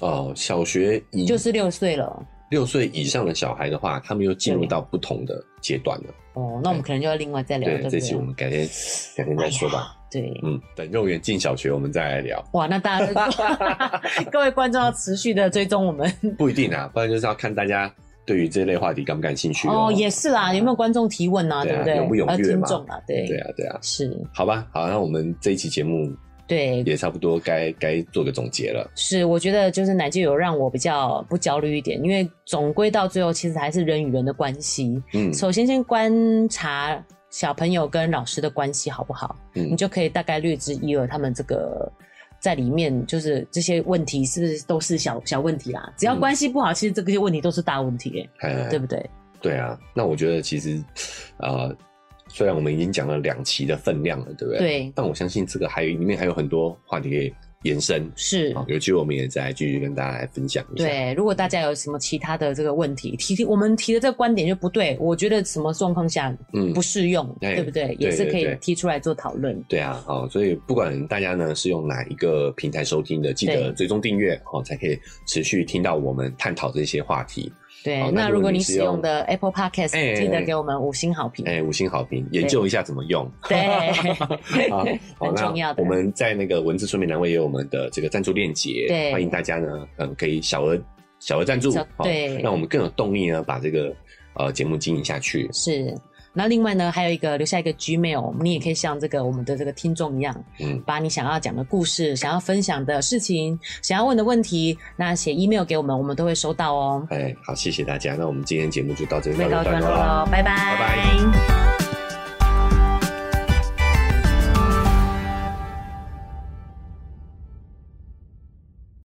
Speaker 2: 哦，小学以
Speaker 1: 就是六岁了。
Speaker 2: 六岁以上的小孩的话，他们又进入到不同的阶段了。
Speaker 1: 哦，那我们可能就要另外再聊，对不
Speaker 2: 这
Speaker 1: 对？
Speaker 2: 期我们改天改天再说
Speaker 1: 哎
Speaker 2: 吧。
Speaker 1: 对，
Speaker 2: 嗯，等幼儿园进小学，我们再来聊。
Speaker 1: 哇，那大 家就各位观众要持续的追踪我们
Speaker 2: 不一定啊，不然就是要看大家对于这类话题感不感兴趣
Speaker 1: 哦，也是啦，有没有观众提问啊？
Speaker 2: 对啊
Speaker 1: 不对？
Speaker 2: 踊不踊跃嘛
Speaker 1: 呃听众啊，对，
Speaker 2: 对啊，对啊。
Speaker 1: 是，
Speaker 2: 好吧，好，那我们这一期节目
Speaker 1: 对。
Speaker 2: 也差不多该该做个总结了。
Speaker 1: 是，我觉得就是奶就有让我比较不焦虑一点，因为总归到最后，其实还是人与人的关系。
Speaker 2: 嗯，
Speaker 1: 首先，先观察小朋友跟老师的关系好不好，
Speaker 2: 嗯
Speaker 1: 你就可以大概略知一二他们这个。在里面就是这些问题是不是都是小小问题啦？只要
Speaker 2: 嗯
Speaker 1: 关系不好，其实这些问题都是大问题、欸，
Speaker 2: 哎
Speaker 1: 对不对？
Speaker 2: 对啊，那我觉得其实，呃，虽然我们已经讲了两期的分量了，对不对？。
Speaker 1: 对，
Speaker 2: 但我相信这个还有里面还有很多话题可以延伸
Speaker 1: 是
Speaker 2: 啊、，有机会我们也再继续跟大家来分享一下。
Speaker 1: 对。如果大家有什么其他的这个问题，提提我们提的这个观点就不对，我觉得什么状况下
Speaker 2: 嗯
Speaker 1: 不适用，
Speaker 2: 哎
Speaker 1: 对不对？
Speaker 2: 对
Speaker 1: 也是可
Speaker 2: 对对
Speaker 1: 以提出来做讨论。
Speaker 2: 对啊，好、所以不管大家呢是用哪一个平台收听的，记得
Speaker 1: 对
Speaker 2: 追踪订阅哦，才可以持续听到我们探讨这些话题。好
Speaker 1: 对，
Speaker 2: 那
Speaker 1: 那
Speaker 2: 如
Speaker 1: 如
Speaker 2: 果
Speaker 1: 果
Speaker 2: 你
Speaker 1: 你
Speaker 2: 是
Speaker 1: 使
Speaker 2: 用
Speaker 1: 用的 Apple
Speaker 2: 哎哎
Speaker 1: Podcast，记得给我们五星好评。
Speaker 2: 哎，五星好评，研究一下怎么用。
Speaker 1: 对
Speaker 2: 好，啊好
Speaker 1: 很重要
Speaker 2: 那
Speaker 1: 的
Speaker 2: 我们在那个文字说明栏位也有我们的这个赞助链接，
Speaker 1: 对
Speaker 2: 欢迎大家呢，嗯，可以小额小额赞助
Speaker 1: 小，
Speaker 2: 好
Speaker 1: 对
Speaker 2: 让我们更有动力呢，把这个呃节目经营下去。
Speaker 1: 是。那另外呢，还有一个留下一个 Gmail，你也可以像这个我们的这个听众一样，
Speaker 2: 嗯，
Speaker 1: 把你想要讲的故事、想要分享的事情、想要问的问题，那写 email 给我们，我们都会收到哦。
Speaker 2: 哎，好，谢谢大家，那我们今天节目就到这里
Speaker 1: 那告
Speaker 2: 告一
Speaker 1: 一
Speaker 2: 段
Speaker 1: 段
Speaker 2: 落
Speaker 1: 落
Speaker 2: 啦
Speaker 1: 喽，拜拜
Speaker 2: 拜拜